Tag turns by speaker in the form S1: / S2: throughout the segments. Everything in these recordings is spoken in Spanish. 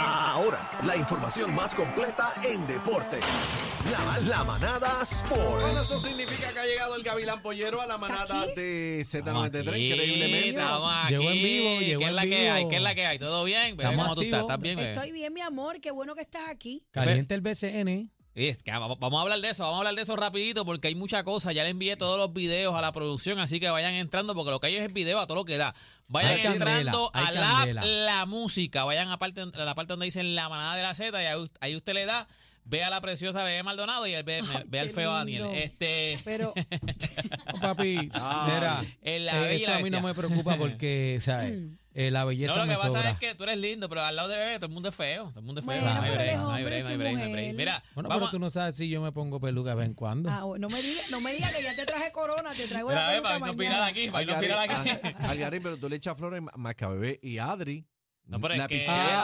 S1: Ahora, la información más completa en deporte. La, la manada
S2: Bueno,
S1: Sport.
S2: eso significa que ha llegado el Gavilán Pollero a la manada de Z93,
S3: Aquí,
S2: increíblemente.
S3: Estamos aquí.
S4: Llegó en vivo, llegó
S3: ¿Qué es
S4: en
S3: la que
S4: vivo.
S3: hay? ¿Qué es la que hay? ¿Todo bien? Bebé,
S4: Estamos
S3: ¿Cómo tú estás?
S4: activos.
S3: ¿Estás bien, bebé?
S5: Estoy bien, mi amor. Qué bueno que estás aquí.
S4: Caliente el BCN.
S3: Sí, es que vamos vamos a hablar de eso, vamos a hablar de eso rapidito porque hay mucha cosa. Ya le envié todos los videos a la producción, así que vayan entrando porque lo que hay es el video a todo lo que da. Vayan
S4: Hay
S3: entrando
S4: candela, hay
S3: a la,
S4: candela.
S3: la música, vayan a, parte- a la parte donde dicen la manada de la Z y ahí, ahí usted le da, ve a la preciosa Bebé Maldonado y él ve, ve al
S5: qué
S3: feo Daniel.
S5: lindo.
S3: Este,
S5: Pero
S4: Oh, papi, mira,
S3: en Ah, la
S4: eh,
S3: Bella
S4: eso a mí
S3: Bestia.
S4: no me preocupa porque, ¿sabes? Eh, la
S3: no,
S4: belleza
S3: lo que
S4: me
S3: pasa
S4: sobra.
S3: es que tú eres lindo, pero al lado de Bebé todo el mundo es feo. Todo el mundo es feo.
S5: Bueno,
S3: no hay
S5: pero
S3: break,
S5: él es
S3: no hay
S5: hombre,
S3: break, no hay
S5: su
S3: break, no hay break.
S5: mujer.
S3: Mira,
S4: Bueno,
S3: vamos
S4: pero tú no sabes si yo me pongo peluca de vez en cuando.
S5: ah, no me digas no me digas que ya te traje corona, te traigo
S3: Mira,
S5: la
S3: ve,
S5: peluca
S3: para no pirar
S5: mañana.
S3: aquí, para no
S2: Algarín,
S3: pirar aquí.
S2: Al- Algarín, pero tú le echas flores a Macabebe y a Adri.
S3: No, pero
S2: la
S3: es que...
S2: pichea.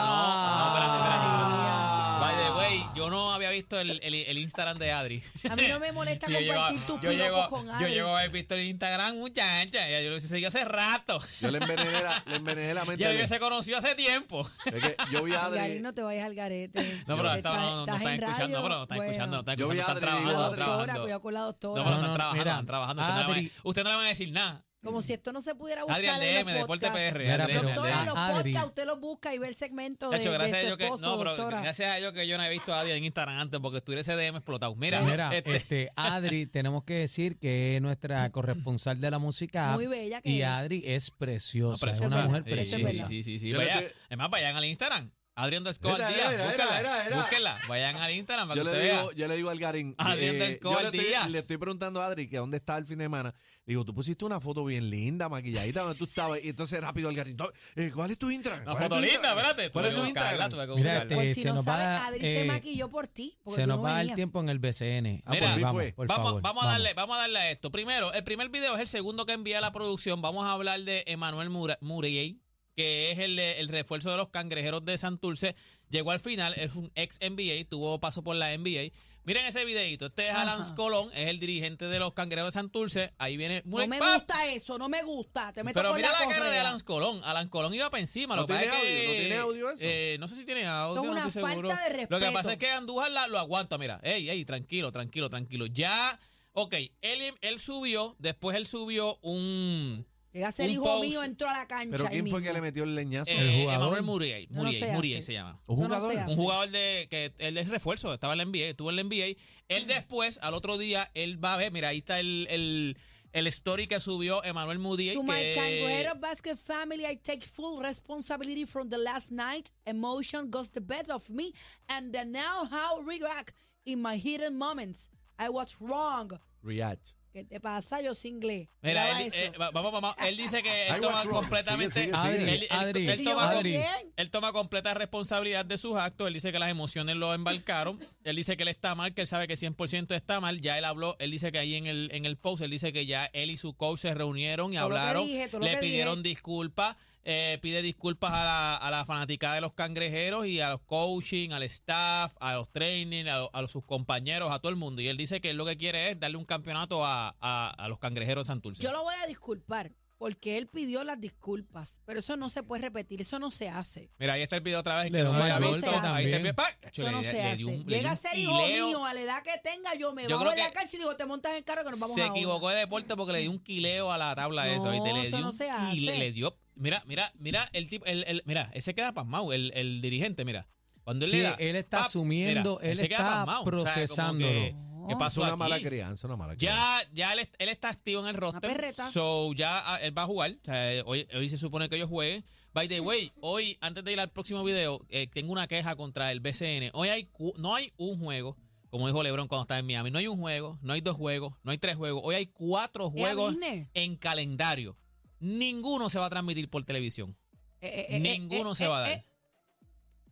S3: Ah, no, no, espérate, espérate. By the way, yo no había visto el, el, el Instagram de Adri.
S5: A mí no me molesta
S3: Sí, yo llego,
S5: compartir tus
S3: yo, llego,
S5: piropos con
S3: yo
S5: alguien.
S3: llego a haber visto el Instagram, muchacha. Ya yo lo hubiese seguido hace rato.
S2: Yo le envenené la, le envenené la mente.
S3: Ya
S2: a
S3: lo
S2: él.
S3: hubiese conocido hace tiempo.
S2: Es que yo vi a Adri.
S5: Garín, no te vayas al garete.
S3: No, pero
S5: Estás-
S3: está- no, no, no
S5: estás
S3: están
S5: en
S3: escuchando,
S5: radio.
S3: pero no están
S5: Bueno,
S3: escuchando, no están
S2: Yo vi
S3: escuchando,
S2: a
S3: están
S2: Adri, digo, Adri.
S5: La doctora,
S3: trabajando, están trabajando.
S5: cuidado con la
S3: No,
S5: doctora.
S3: pero están
S4: No, no,
S3: trabajando,
S4: mira,
S3: están trabajando. Usted no, me
S4: Adri-
S3: va- usted no le van a decir nada.
S5: Como si esto no se pudiera buscar
S3: Adrián,
S5: en
S3: DM,
S5: los
S3: Deporte
S5: podcasts.
S3: PR.
S4: Mira,
S3: Adrián,
S4: pero-
S5: doctora, en
S3: Adrián.
S5: los
S4: Adri-
S5: podcasts usted los busca y ve el segmento de,
S3: Nacho,
S5: de
S3: gracias a
S5: su
S3: Dios que
S5: esposo,
S3: no, pero
S5: doctora.
S3: gracias a Dios que yo no he visto a Adrián en Instagram antes porque estuviera ese DM explotado. Mira,
S4: Mira,
S3: este,
S4: este, Adri, tenemos que decir que es nuestra corresponsal de la música.
S5: Muy bella que
S4: Y
S5: es.
S4: Adri es
S3: No,
S4: preciosa, es
S3: preciosa.
S4: una mujer
S3: Sí,
S4: preciosa.
S3: Sí, sí, sí. sí.
S2: Yo le
S3: Vaya-
S2: estoy-
S3: Es más, vayan al Instagram. Adrián Descobar
S2: Era,
S3: al
S2: era,
S3: día.
S2: era,
S3: búsquenla,
S2: era, era.
S3: búsquenla. Vayan al Instagram para
S2: Yo
S3: que
S2: le,
S3: usted vea.
S2: digo, yo le digo al Garín,
S3: Adri
S2: eh,
S3: Underscore
S2: yo le estoy,
S3: Díaz.
S2: le estoy preguntando a Adri que dónde está el fin de semana. Le digo, tú pusiste una foto bien linda, maquilladita, donde tú estabas. Y entonces rápido al Garín, eh, ¿cuál es tu Instagram?
S3: Una
S2: ¿Cuál es
S3: foto
S2: tu
S3: linda,
S2: Instagram?
S3: espérate.
S2: ¿Cuál es
S3: tuve que
S2: tu
S3: buscarla,
S2: Instagram?
S3: tuve que
S4: Mira,
S3: buscarla.
S4: este,
S5: Por si
S4: se
S5: no
S4: nos va,
S5: sabes, Adri se
S4: eh,
S5: maquilló por ti. porque
S4: Se
S5: tú
S4: nos
S5: no
S4: va el
S5: veías.
S4: tiempo en el BCN.
S2: Ah, por
S4: Mira,
S2: mí
S4: pues, vamos,
S2: fue.
S4: por
S3: vamos,
S4: favor,
S3: vamos a darle, vamos a darle a esto. Primero, el primer video es el segundo que envía la producción. Vamos a hablar de Emanuel Mura- Muriel, que es el, el refuerzo de los cangrejeros de Santurce. Llegó al final, es un ex NBA, tuvo paso por la NBA. Miren ese videito. Este es Alan
S5: Ajá.
S3: Colón, es el dirigente de los cangrejeros de Santurce. Ahí viene
S5: No
S3: Muriel.
S5: me
S3: ¡Pap!
S5: gusta eso, no me gusta. Te meto
S3: Pero
S5: por
S3: mira la, cara de
S5: correa.
S3: Alan Colón. Alan Colón iba para encima.
S2: ¿No
S3: lo que pasa
S2: tiene
S3: es que,
S2: audio? ¿No tiene audio eso?
S3: eh, no sé si tiene audio.
S5: Son
S3: no
S5: una
S3: estoy
S5: falta
S3: seguro.
S5: de respeto.
S3: Lo que pasa es que Andújar la- lo aguanta. Mira, ey, ey, tranquilo, tranquilo, tranquilo. Ya, ok, él, él subió, después él subió un...
S5: Llega a ser
S3: Un
S5: hijo
S3: post.
S5: mío, entró a la cancha.
S2: Pero
S5: ahí
S2: ¿quién fue
S5: mismo.
S2: que le metió el leñazo?
S3: eh,
S4: El jugador.
S3: Emanuel Muriel,
S5: No, no
S3: Muriel,
S5: se hace.
S3: Muriel se llama.
S2: ¿Un
S5: No, no
S2: jugador?
S5: sé,
S3: Un jugador de que él es refuerzo, estaba en la NBA, estuvo en la NBA. Él después, al otro día, él va a ver, mira, ahí está el, el, el story que subió Emanuel Muriel.
S5: To my
S3: que-
S5: Cangrejero Basket family, I take full responsibility from the last night. Emotion goes the best of me, and the now how react in my hidden moments. I was wrong.
S2: React.
S5: ¿Qué te pasa, yo sin inglés?
S3: Mira,
S5: Graba
S3: él,
S5: eso.
S3: eh, va- vamos, vamos. Él dice que
S2: Ahí
S3: él toma
S2: what's wrong.
S3: completamente.
S2: Sigue, sigue,
S4: sigue.
S3: Él- él-
S4: Adri,
S3: él
S5: Si yo
S3: toma-
S5: voy
S4: Adri.
S5: bien,
S3: él toma completa responsabilidad de sus actos. Él dice que las emociones lo embarcaron. Él dice que él está mal, que él sabe que 100% está mal. Ya él habló. Él dice que ahí en el, en el post, él dice que ya él y su coach se reunieron y
S5: Todo lo que
S3: hablaron.
S5: dije, todo lo
S3: le
S5: que
S3: pidieron disculpas. eh, pide disculpas a la, a la fanaticada de los cangrejeros y a los coaching, al staff, a los training, a, los- a los- sus compañeros, a todo el mundo. Y él dice que él lo que quiere es darle un campeonato a, a- a los cangrejeros de Santurce.
S5: yo lo voy a disculpar porque él pidió las disculpas, pero eso no se puede repetir, eso no se hace.
S3: Mira, ahí está el video otra vez.
S4: Le
S3: que
S4: da
S3: no
S4: un
S3: se ha
S5: mal
S3: visto.
S5: golpe
S3: Ahí está el
S4: también.
S3: video. ¡Pac!
S5: Eso no
S3: Le-
S5: se
S3: le
S5: hace.
S3: dio un- le dio
S5: Llega a
S3: un
S5: ser hijo
S3: quileo.
S5: mío, a la edad que tenga, yo me
S3: Yo
S5: bajo
S3: creo
S5: en la
S3: que
S5: cancha y digo, te montas en el carro que nos vamos
S3: Se
S5: a Eh,
S3: equivocó de deporte porque le dio un quileo a la tabla
S5: No,
S3: esa. ¿oíste? Le
S5: eso
S3: dio
S5: no
S3: un
S5: se hace.
S3: quile- le dio. Mira, mira, mira, el tipo, el, el- mira, ese queda pasmado, el, el dirigente, mira. Cuando él
S4: Sí,
S3: le da,
S4: él está asumiendo, él
S3: se queda
S4: está
S3: pasmado. O sea, como que
S4: procesándolo.
S3: ¿Qué pasó
S2: una
S3: aquí?
S2: mala crianza, una mala crianza.
S3: Ya, ya él, est- él está activo en el roster.
S5: perreta.
S3: So, ya ah, él va a jugar. O sea, eh, hoy, hoy se supone que ellos jueguen. By the way, hoy, antes de ir al próximo video, eh, tengo una queja contra el BCN. Hoy hay cu- no hay un juego, como dijo LeBron cuando estaba en Miami. No hay un juego, no hay dos juegos, no hay tres juegos. Hoy hay cuatro
S5: Eh,
S3: juegos
S5: Disney.
S3: en calendario. Ninguno se va a transmitir por televisión.
S5: Eh, eh, eh, eh,
S3: ninguno
S5: eh,
S3: se va a
S5: eh,
S3: dar.
S5: eh.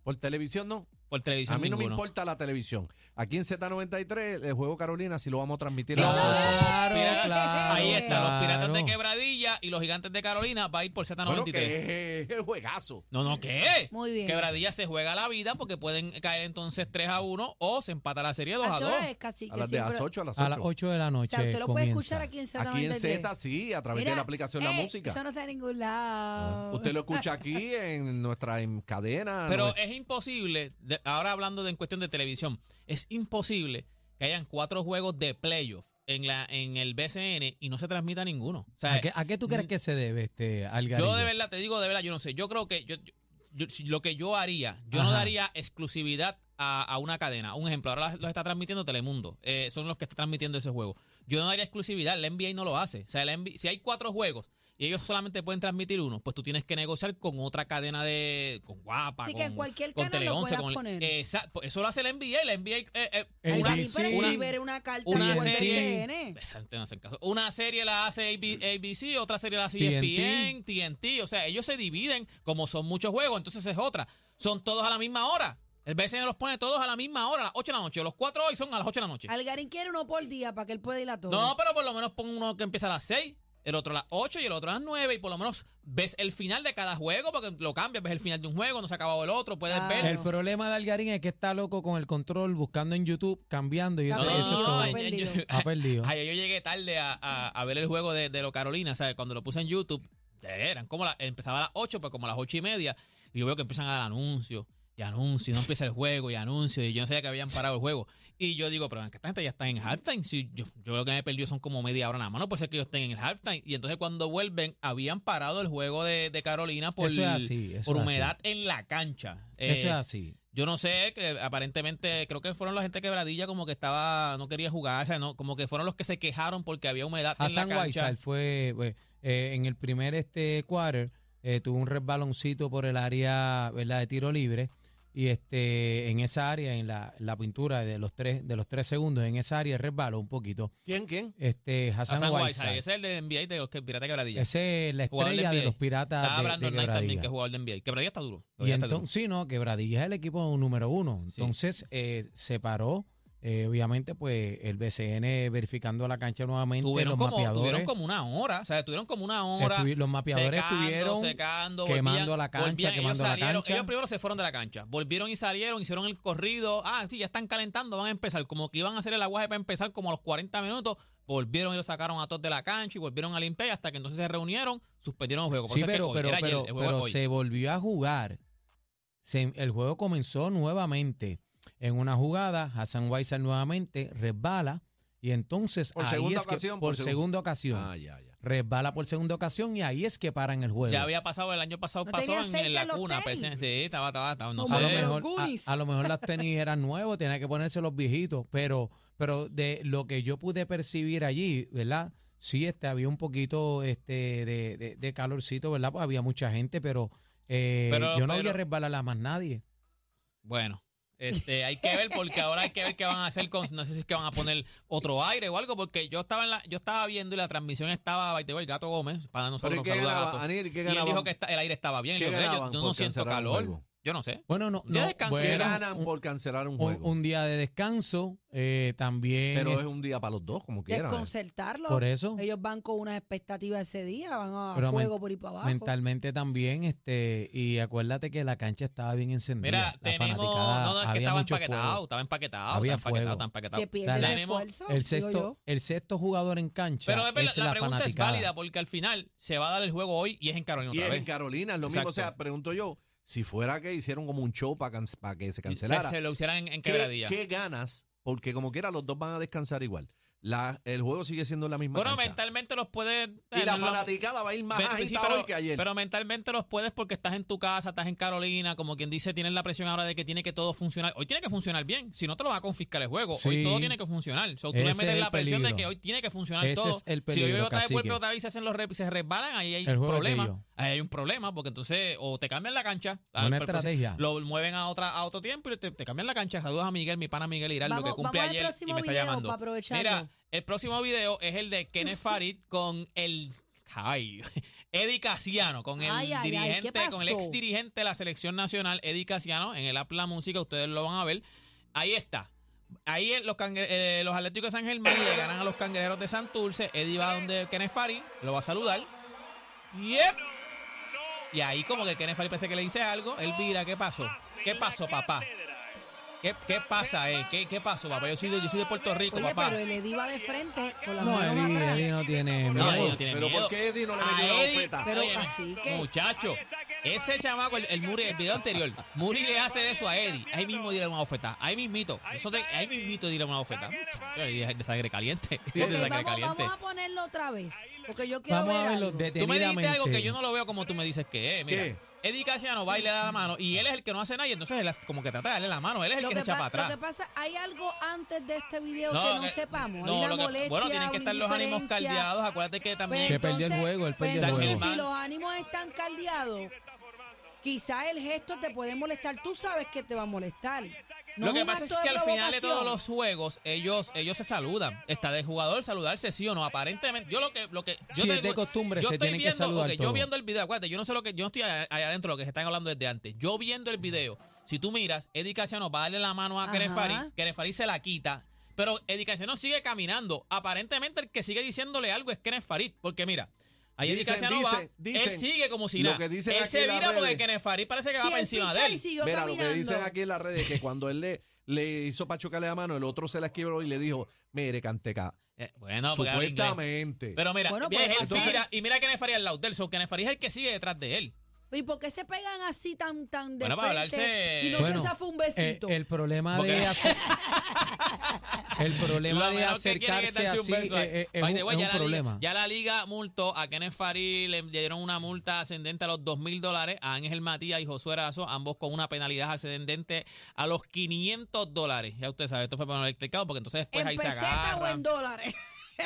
S2: Por televisión no.
S3: Por televisión.
S2: A mí no me
S3: ninguno.
S2: importa la televisión. Aquí en Z93, el juego Carolina, si lo vamos a transmitir.
S3: Los
S2: a-
S4: Claro,
S3: piratas-
S4: claro,
S3: Ahí está, los piratas de
S4: claro.
S3: Quebradilla y los gigantes de Carolina va a ir por Z93.
S2: Bueno, que es el juegazo.
S3: No, no, ¿qué?
S5: Muy bien.
S3: Quebradilla se juega la vida porque pueden caer entonces 3 a 1 o se empata la serie 2
S5: ¿A
S3: a
S5: qué
S3: 2.
S5: hora es, cacique?
S2: A las, de,
S5: Siempre-
S2: las 8 a las 8.
S4: A las 8 de la
S5: O
S4: noche
S5: sea, usted lo puede
S4: comienza.
S5: escuchar aquí en Z93.
S2: Aquí en Z, sí, a través de la aplicación La
S5: eh,
S2: Música. Ah,
S5: Eso no está en ningún lado.
S2: Usted lo escucha aquí en nuestra en cadena.
S3: Pero
S2: ¿no?
S3: es imposible, de- ahora hablando de, en cuestión de televisión, es imposible que hayan cuatro juegos de playoff en, la, en el BCN y no se transmita ninguno. O sea,
S4: ¿A qué, a qué tú crees que se debe este Algarillo?
S3: Yo de verdad te digo, de verdad, yo no sé. Yo creo que yo, yo- yo- si- lo que yo haría, yo no
S4: Ajá.
S3: daría exclusividad a, a una cadena. Un ejemplo, ahora lo está transmitiendo Telemundo. eh, son los que están transmitiendo ese juego. Yo no daría exclusividad, la NBA no lo hace. O sea, la NBA si hay cuatro juegos y ellos solamente pueden transmitir uno, pues tú tienes que negociar con otra cadena de... con Guapa,
S5: Sí, que
S3: con,
S5: en cualquier
S3: con
S5: canal lo
S3: Teleonce,
S5: puedas
S3: con el-
S5: poner.
S3: Exacto, eso lo hace la NBA. La NBA... eh, eh,
S4: El
S5: Algarín,
S4: DC,
S5: pero
S3: una-
S5: escribir una carta
S3: una
S5: por
S3: serie-
S5: BCN.
S3: Esa gente no hace caso. Una serie la hace AB ABC, otra serie la hace E
S4: TNT.
S3: ESPN, TNT. O sea, ellos se dividen, como son muchos juegos, entonces es otra. Son todos a la misma hora. El BCN los pone todos a la misma hora, a las 8 de la noche. Los cuatro hoy son a las 8 de la noche.
S5: Algarín quiere uno por día para que él pueda ir a todos.
S3: No, pero por lo menos pon uno que empieza a las 6, el otro a las 8 y el otro a las 9. Y por lo menos ves el final de cada juego, porque lo cambias, ves el final de un juego, no se ha acabado el otro, puedes
S5: Ah.
S3: ver.
S4: El problema de Algarín es que está loco con el control, buscando en YouTube, cambiando y eso,
S5: No,
S4: eso es
S5: no,
S4: todo.
S5: no, perdido.
S4: Ha perdido.
S3: Ayer yo llegué tarde a, a- a ver el juego de, de lo Carolina, ¿sabes? Cuando lo puse en YouTube, eh, eran como la, empezaba a las 8, pues como a las 8 y media, y yo veo que empiezan a dar anuncios, y anuncios, y no empieza el juego, y anuncios, y yo no sabía que habían parado el juego. Y yo digo, pero esta gente ya está en halftime, si yo, yo lo que me perdió son como media hora nada más, no puede ser que ellos estén en el halftime. Y entonces cuando vuelven, habían parado el juego de, de Carolina por,
S4: Eso es así, eso
S3: por
S4: es así.
S3: humedad en la cancha. Eh,
S4: Eso es así.
S3: yo no sé, que aparentemente creo que fueron la gente quebradilla como que estaba, no quería jugar, o sea, no, como que fueron los que se quejaron porque había humedad
S4: Hassan
S3: en la cancha.
S4: Whiteside fue eh, eh, en el primer este quarter eh, tuvo un resbaloncito por el área verdad de tiro libre y este en esa área en la, en la pintura de los tres de los tres segundos en esa área resbaló un poquito
S3: eh,
S2: ¿Quién, quién?
S4: este Hassan,
S3: Hassan Whiteside,
S4: Whiteside
S3: ese es el de NBA de los que- Pirata Quebradilla.
S4: ese es la
S3: Jugador
S4: estrella de
S3: NBA.
S4: los piratas
S3: Estaba
S4: de- de,
S3: Brandon Knight también,
S4: Quebradilla.
S3: que es jugador de NBA. Quebradilla está duro.
S4: Y
S3: Quebradilla está duro.
S4: entonces, sí, no, Quebradilla es el equipo número uno.
S3: Sí.
S4: Entonces, eh, se paró, eh, obviamente, pues el BCN verificando la cancha nuevamente.
S3: Tuvieron
S4: los
S3: como,
S4: mapeadores.
S3: tuvieron como una hora, o sea, tuvieron como una hora.
S4: Estuvi- los mapeadores
S3: secando,
S4: estuvieron
S3: secando,
S4: quemando
S3: volvían-
S4: la cancha,
S3: volvían, ellos
S4: quemando la
S3: salieron,
S4: cancha.
S3: Ellos primero se fueron de la cancha, volvieron y salieron, hicieron el corrido. Ah, sí, ya están calentando, van a empezar. Como que iban a hacer el aguaje para empezar como a los 40 minutos, volvieron y los sacaron a todos de la cancha y volvieron a limpiar y hasta que entonces se reunieron, suspendieron el juego. Por
S4: Sí,
S3: eso es que
S4: pero,
S3: hoy,
S4: pero,
S3: era ayer,
S4: pero,
S3: el juego
S4: pero
S3: es hoy.
S4: se volvió a jugar. Se- el juego comenzó nuevamente. En una jugada, Hassan Weiser nuevamente resbala. Y entonces
S2: Por
S4: ahí
S2: segunda
S4: es que-
S2: ocasión, por
S4: por
S2: segun-
S4: segunda ocasión.
S2: Ah, ya, ya.
S4: Resbala por segunda ocasión y ahí es que paran el juego.
S3: Ya había pasado el año pasado,
S5: No
S3: pasó
S5: tenía
S3: en,
S5: aceite
S3: en la
S5: en los
S3: cuna.
S5: tenis.
S3: parece- sí, estaba, estaba, estaba, no
S5: Como
S4: a, lo
S5: de
S3: sé.
S5: los
S4: mejor,
S5: Goonies.
S4: a, a lo mejor las tenis eran nuevas, tenía que ponerse los viejitos, pero, pero de lo que yo pude percibir allí, ¿verdad? Sí, este, había un poquito este, de, de- de calorcito, ¿verdad? Pues había mucha gente, pero, eh,
S3: Pero-
S4: yo no voy
S3: pero-
S4: a resbalar a más nadie.
S3: Bueno, este, hay que ver porque ahora hay que ver qué van a hacer con, no sé si es que van a poner otro aire o algo, porque yo estaba en la, yo estaba viendo y la transmisión estaba, by the way, Gato Gómez, para nosotros,
S2: Pero ¿y
S3: un
S2: qué
S3: saludo a
S2: ganaba,
S3: Gato.
S2: Aniel, qué
S3: y él dijo
S2: ganaban?
S3: que está- el aire estaba bien,
S2: ¿Qué
S3: yo, creo, yo-
S2: ganaban
S3: yo no
S2: por
S3: siento
S2: cancelar un
S3: calor,
S2: juego?
S3: yo no sé.
S4: Bueno, no,
S3: Ya
S4: no,
S3: descansó.
S2: ¿Qué
S3: Era
S4: bueno,
S2: ganan
S4: un,
S2: por cancelar un
S4: un-
S2: juego?
S4: un día de descanso, eh, también.
S2: pero
S4: este,
S2: es un día para los dos, como quieran.
S5: Desconcertarlo.
S4: Por eso.
S5: Ellos van con unas expectativas ese día, van a
S4: Pero
S5: fuego
S4: men-
S5: por ir para abajo.
S4: Mentalmente también, este, y acuérdate que la cancha estaba bien encendida.
S3: Mira,
S4: la
S3: tenemos,
S4: fanaticada,
S3: no, no, es que
S4: había
S3: estaba
S4: mucho fuego.
S3: empaquetado, estaba empaquetado,
S4: Había
S3: estaba empaquetado,
S4: fuego.
S3: estaba empaquetado.
S5: Se pierde
S4: la-
S5: ese
S3: Tenemos-
S5: esfuerzo,
S4: El
S5: digo
S4: sexto, el sexto jugador en cancha.
S3: pero es verdad,
S4: es
S3: la,
S4: la,
S3: pregunta es
S4: fanaticada.
S3: válida pues. porque al final se va a dar el juego hoy y es en Carolina
S2: Y
S3: otra
S2: es
S3: vez.
S2: en Carolina, es lo mismo.
S3: Exacto.
S2: O sea, pregunto yo, si fuera que hicieron como un show para que se
S3: O sea,
S2: cancelara,
S3: se lo hicieran en, en
S2: ¿qué,
S3: quebradilla.
S2: qué ganas? Porque como quiera, los dos van a descansar igual. la- el juego sigue siendo la misma.
S3: Bueno,
S2: cancha.
S3: mentalmente los puedes.
S2: Y la
S3: eh, los-
S2: fanaticada va a ir más
S3: Ve-
S2: agitada
S3: sí, pero,
S2: hoy que ayer.
S3: pero mentalmente los puedes porque estás en tu casa, estás en Carolina, como quien dice, tienes la presión ahora de que tiene que todo funcionar. Hoy tiene que funcionar bien, si no te lo va a confiscar el juego.
S4: Sí.
S3: Hoy todo tiene que funcionar. So, tú
S4: Ese
S3: le
S4: es
S3: metes
S4: el
S3: la presión
S4: peligro.
S3: de que hoy tiene que funcionar
S4: Ese
S3: todo.
S4: es el
S3: si hoy
S4: peligro,
S3: otra vez vuelve
S4: cacique.
S3: otra vez y se hacen los rep- se resbalan, ahí hay
S4: El juego es de ellos.
S3: problema. Ahí hay un problema porque entonces o te cambian la cancha, al
S4: Buena
S3: propósito,
S4: estrategia.
S3: lo mueven a otra a otro tiempo y te, te cambian la cancha. Saludos a Miguel, mi pana Miguel Hidalgo
S5: Vamos-
S3: que cumple
S5: vamos al
S3: ayer y
S5: próximo
S3: me está
S5: video
S3: llamando.
S5: para aprovecharlo.
S3: Mira, el próximo video es el de Kenneth Farid con el. Ay, Eddie Casiano, con el
S5: Ay, ay, ay,
S3: dirigente,
S5: ¿qué
S3: con el ex
S5: pasó?
S3: dirigente de la selección nacional, Eddie Casiano, en el app La Música, ustedes lo van a ver. Ahí está. Ahí eh, los, cangre- eh, los Atléticos de San Germán le ganan a los cangrejeros de Santurce. Eddie va donde Kenneth Farid, lo va a saludar. Yep. Y ahí como que Kenneth Farid parece que le dice algo. Elvira, ¿qué pasó? ¿Qué pasó, papá? ¿Qué, qué pasa, eh? ¿Qué, qué pasó, papá? Yo soy de, yo soy de Puerto Rico,
S5: Oye,
S3: papá.
S5: pero el Eddie va de frente con la
S4: No,
S5: mano va
S4: Eddie,
S5: atrás.
S4: Eddie no tiene
S3: No, Eddie
S4: miedo.
S3: no tiene
S2: Pero
S3: miedo.
S2: ¿por qué Eddie no le
S3: A
S2: metió la
S3: Eddie-
S2: bofeta?
S5: Pero,
S3: Oye,
S5: cacique.
S3: Muchacho, ese chamaco, el, el Muri, el video anterior, Muri le hace eso a Eddie. Ahí mismo dile una bofeta. Ahí mismito. Eso de- ahí mismito dile una bofeta. Muchacho, Eddie es de sangre caliente. Es
S5: Ok,
S3: de sangre
S5: vamos,
S3: caliente.
S5: vamos a ponerlo otra vez. Porque yo quiero
S4: Vamos
S5: ver
S4: a verlo
S5: algo.
S3: Tú me
S4: detenidamente.
S3: dijiste algo que yo no lo veo como tú me dices que es. Mira,
S2: ¿Qué?
S3: Eddie Casiano va y le da la mano y él es el que no hace nada y entonces él como que trata de darle la mano. Él es el
S5: Lo
S3: que,
S5: que,
S3: se echa
S5: pa-
S3: para
S5: lo que
S3: atrás.
S5: pasa, hay algo antes de este video que no
S3: que-
S5: sepamos.
S3: no,
S5: hay
S3: lo
S5: una
S3: que-
S5: molestia,
S3: bueno, tienen que estar los ánimos
S5: indiferencia. Pues
S3: caldeados. Acuérdate que también...
S4: Que perdió el juego, él perdió
S3: el
S5: entonces,
S3: juego.
S5: si los ánimos están caldeados, quizá el gesto te puede molestar. Tú sabes que te va a molestar. No
S3: lo que
S5: un
S3: pasa es
S5: acto de
S3: que al final de
S5: provocación.
S3: todos los juegos, ellos, ellos se saludan. Está de jugador saludarse, sí o no. Aparentemente, yo lo que. Lo que yo
S4: Si es de costumbre,
S3: yo
S4: se
S3: estoy
S4: tienen que
S3: viendo,
S4: saludar
S3: ok, Yo
S4: todos.
S3: viendo el video, acuérdate, yo no sé lo que. Yo no estoy allá, allá adentro, lo que se están hablando desde antes. Yo viendo el video, si tú miras, Eddie Casiano va a darle la mano a
S5: Ajá.
S3: Kerefari. Kerefari se la quita. Pero Eddie Casiano sigue caminando. Aparentemente, el que sigue diciéndole algo es Kenneth Farid. Porque mira. Ahí Eddie
S2: Dicen,
S3: Casiano va,
S2: dicen, dicen.
S3: él sigue como si
S2: Lo
S3: nada.
S2: que
S3: Él
S2: dicen aquí
S3: se
S2: en las
S3: vira porque
S2: redes.
S3: Kenneth Farid parece que va
S5: Si
S3: para
S5: el
S3: encima de
S5: pitcher
S3: él.
S5: siguió
S2: Mira,
S5: caminando.
S2: lo que dicen aquí en las redes que cuando él le, le hizo para chocarle la mano, el otro se la quebró y le dijo, mire, Canteca,
S3: Eh, Bueno, porque habla inglés.
S2: supuestamente.
S3: Pero mira,
S5: Bueno,
S3: viene
S5: pues,
S3: él
S5: entonces-
S3: mira- y mira que Farid al lado del so Kenneth Farid es el que sigue detrás de él.
S5: ¿Y por qué se pegan así tan, tan de
S3: Bueno, para
S5: frente?
S3: hablarse-
S5: Y no
S3: Bueno,
S5: se zafa un
S4: eh,
S5: besito.
S4: El, problema de
S3: Porque-
S4: hacer- el
S3: Lo
S4: problema de
S3: menos que quiere es
S4: acercarse
S3: darse un
S4: así
S3: beso ahí.
S4: eh, eh, es,
S3: By
S4: un,
S3: the way,
S4: es
S3: ya
S4: un
S3: la liga-
S4: problema.
S3: ya la liga multó a Kenneth Farid, le dieron una multa ascendente a los 2 mil dólares, a Ángel Matías y Josué Erazo, ambos con una penalidad ascendente a los 500 dólares. Ya usted sabe, esto fue para no haber clicado, porque entonces después
S5: ¿En
S3: Pues ahí se
S5: peseta o en
S3: agarran.
S5: dólares?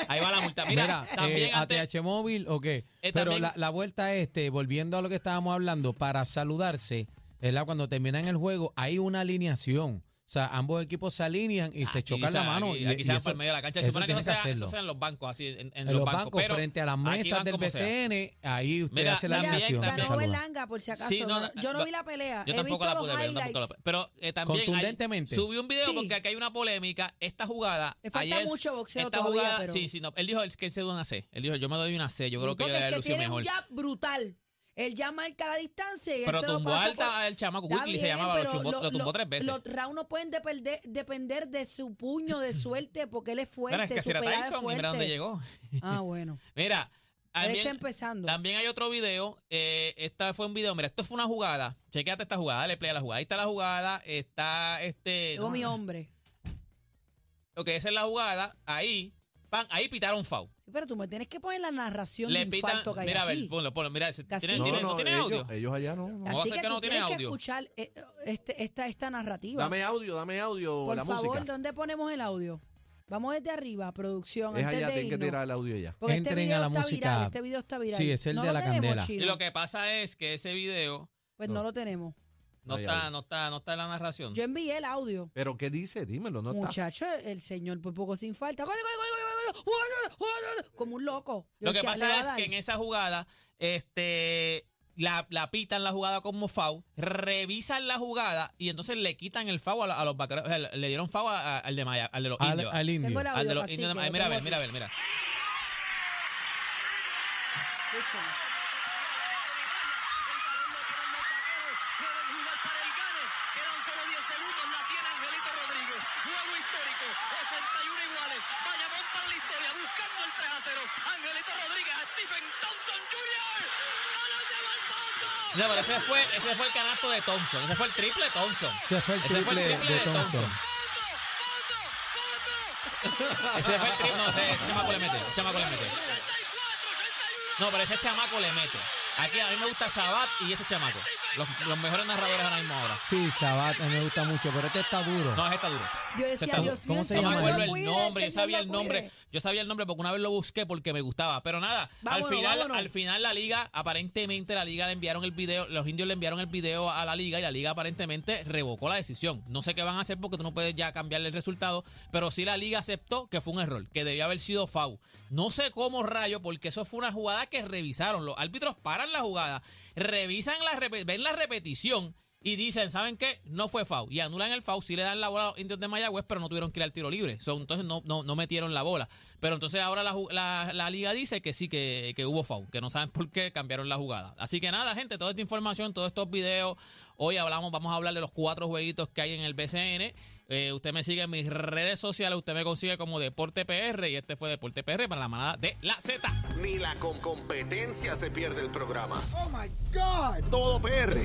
S3: Ahí va la multa. Ah, Mira,
S4: Mira,
S3: también
S4: eh,
S3: antes-
S4: ATH móvil o qué.
S3: Eh,
S4: Pero
S3: también-
S4: la, la vuelta este, volviendo a lo que estábamos hablando, para saludarse, ¿verdad? cuando terminan el juego hay una alineación. O sea, ambos equipos se alinean y se
S3: Aquí
S4: chocan la
S3: se-
S4: mano.
S3: Aquí,
S4: y, e-
S3: aquí
S4: y
S3: se van
S4: eso-
S3: por el medio de la cancha. Se
S4: eso
S3: supone que
S4: tiene
S3: no sea,
S4: hacerlo.
S3: eso sea en los bancos, así, en, en
S4: En
S3: los, bancos. pero
S4: frente a las
S3: aquí
S4: mesas
S3: van
S4: del
S3: como sea.
S4: BCN, ahí usted
S3: Mira,
S4: hace la
S3: también-
S4: alineación. se
S3: también-
S5: Ganó
S4: saluda.
S5: Belanga, por si acaso.
S3: Sí, no, no,
S5: yo no
S3: no,
S5: vi la pelea.
S3: Yo
S5: He
S3: tampoco
S5: visto
S3: la
S5: los
S3: pude ver, yo
S5: highlights.
S3: tampoco la pude- Pero eh, también. hay-
S4: Contundentemente.
S3: subí un video
S5: Sí.
S3: porque aquí hay una polémica. Esta jugada.
S5: Le falta
S3: ayer,
S5: mucho boxeo
S3: esta
S5: todavía,
S3: jugada,
S5: pero-
S3: Sí, sí, no. Él dijo el que él se dio una C. Él dijo, yo me doy una C. Yo creo que yo
S5: Porque
S3: le
S5: el
S3: había
S5: que
S3: lucido
S5: tiene
S3: mejor.
S5: un jab brutal. Él ya marca la distancia y él
S3: Pero
S5: se lo
S3: tumbó
S5: pasa
S3: alta
S5: por-
S3: al chamaco,
S5: Está
S3: Woodley se
S5: bien,
S3: llamaba, lo
S5: pero
S3: chumbó- lo tumbó tres veces.
S5: Los rounds no pueden depender, depender de su puño de suerte porque él es fuerte,
S3: Mira, es que
S5: su
S3: si era
S5: pegada es
S3: Tyson y
S5: fuerte.
S3: mira dónde llegó.
S5: Ah, bueno.
S3: Mira.
S5: Él está
S3: También,
S5: empezando.
S3: también hay otro video. Eh, esta fue un video. Mira, esto fue una jugada. Chequéate esta jugada. Dale play a la jugada. Ahí está la jugada. Está este.
S5: Llegó
S3: no,
S5: mi hombre.
S3: Ok, esa es la jugada. Ahí. Pan, ahí pitaron foul.
S5: Sí, pero tú me tienes que poner la narración
S3: Le
S5: de
S3: pitan.
S5: infarto que hay
S3: Mira, a ver,
S5: aquí.
S3: ponlo, ponlo. Mira, ese- ¿tiene-
S5: Cacique.
S2: no,
S3: tiene- ¿no,
S2: no,
S3: tiene
S2: ellos,
S3: audio?
S2: ellos allá no. no.
S3: Vamos a
S5: Así
S3: hacer
S5: que,
S3: que no
S5: tú
S3: tiene
S5: tienes que
S3: audio.
S5: escuchar eh, este, esta, esta narrativa.
S2: Dame audio, dame audio,
S5: Por
S2: la
S5: favor,
S2: música.
S5: ¿dónde ponemos el audio? Vamos desde arriba, producción,
S2: Es
S5: antes
S2: allá,
S5: de
S2: tienen que
S5: irnos.
S2: tirar el audio ya.
S5: Porque este
S4: Entren
S5: video
S4: a la
S5: está
S4: música.
S5: viral, este video está viral.
S4: Sí, es el
S5: no
S4: de
S5: lo
S4: la
S5: tenemos,
S4: candela.
S3: Y
S5: Chino.
S3: lo que Mm. pasa es que ese video
S5: Pues no. lo tenemos.
S3: no,
S2: No hay
S3: está,
S2: audio.
S3: no está, no está en la narración.
S5: Yo envié el audio.
S2: Pero ¿qué dice? Dímelo, no está.
S5: Muchacho, el señor por poco sin falta. ¡Gol, gol, gol, gol, gol, gol, gol, gol, gol! Como un loco. Yo
S3: Lo que
S5: decía, le va
S3: pasa
S5: a
S3: es
S5: dar.
S3: que en esa jugada, este, la, la pitan la jugada como foul, revisan la jugada y entonces le quitan el foul a, la- a los vaqueros. o sea, le dieron foul a- a- al de Maya, al de los
S4: Al,
S3: indios.
S4: al
S5: Tengo
S4: indio.
S5: el audio.
S3: al de los
S5: cacique,
S3: indios de
S5: lo
S3: Maya. Mira,
S5: tengo
S3: a ver,
S5: aquí.
S3: mira, a ver, mira.
S5: Escúchame.
S3: No, pero ese fue, ese fue el canasto de Thompson. Ese fue el triple de Thompson.
S4: Ese fue el triple de Thompson.
S3: Ese fue el tri- No, ese, ese chamaco le mete. ese chamaco le mete. No, pero ese chamaco le mete. Aquí a mí me gusta Sabat y ese chamaco. Los, los mejores narradores ahora mismo ahora.
S4: Sí, Sabat, a mí me gusta mucho, pero este está duro.
S3: No, ese está duro.
S5: Yo decía,
S3: Ese está duro.
S5: Dios mío,
S4: ¿Cómo
S5: el
S4: se
S5: Señor
S3: No
S4: llama?
S3: me
S5: lo
S3: acuerdo el
S5: cuide,
S3: nombre, yo
S5: Señor
S3: sabía
S5: lo
S3: el
S5: cuide.
S3: nombre, yo sabía el nombre porque una vez lo busqué porque me gustaba, pero nada,
S5: Vámonos,
S3: al final
S5: vámonos.
S3: al final la liga, aparentemente la liga le enviaron el video, los indios le enviaron el video a la liga y la liga aparentemente revocó la decisión. No sé qué van a hacer porque tú no puedes ya cambiarle el resultado, pero sí la liga aceptó que fue un error, que debía haber sido FAU. No sé cómo rayo porque eso fue una jugada que revisaron, los árbitros paran la jugada, revisan la repe- ven la repetición y dicen, ¿saben qué? No fue FAU. Y anulan el FAU, sí le dan la bola a los indios de Mayagüez, pero no tuvieron que ir al tiro libre. So, entonces no, no, no metieron la bola. Pero entonces ahora la, ju- la- la liga dice que sí, que, que hubo FAU, que no saben por qué cambiaron la jugada. Así que nada, gente, toda esta información, todos estos videos. Hoy hablamos, vamos a hablar de los cuatro jueguitos que hay en el BCN. Eh, usted me sigue en mis redes sociales, usted me consigue como Deporte PR y este fue Deporte PR para la manada de la Z.
S1: Ni la con competencia se pierde el programa. Oh my God. Todo PR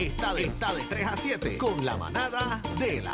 S1: está de, está de 3 a 7 con la manada de la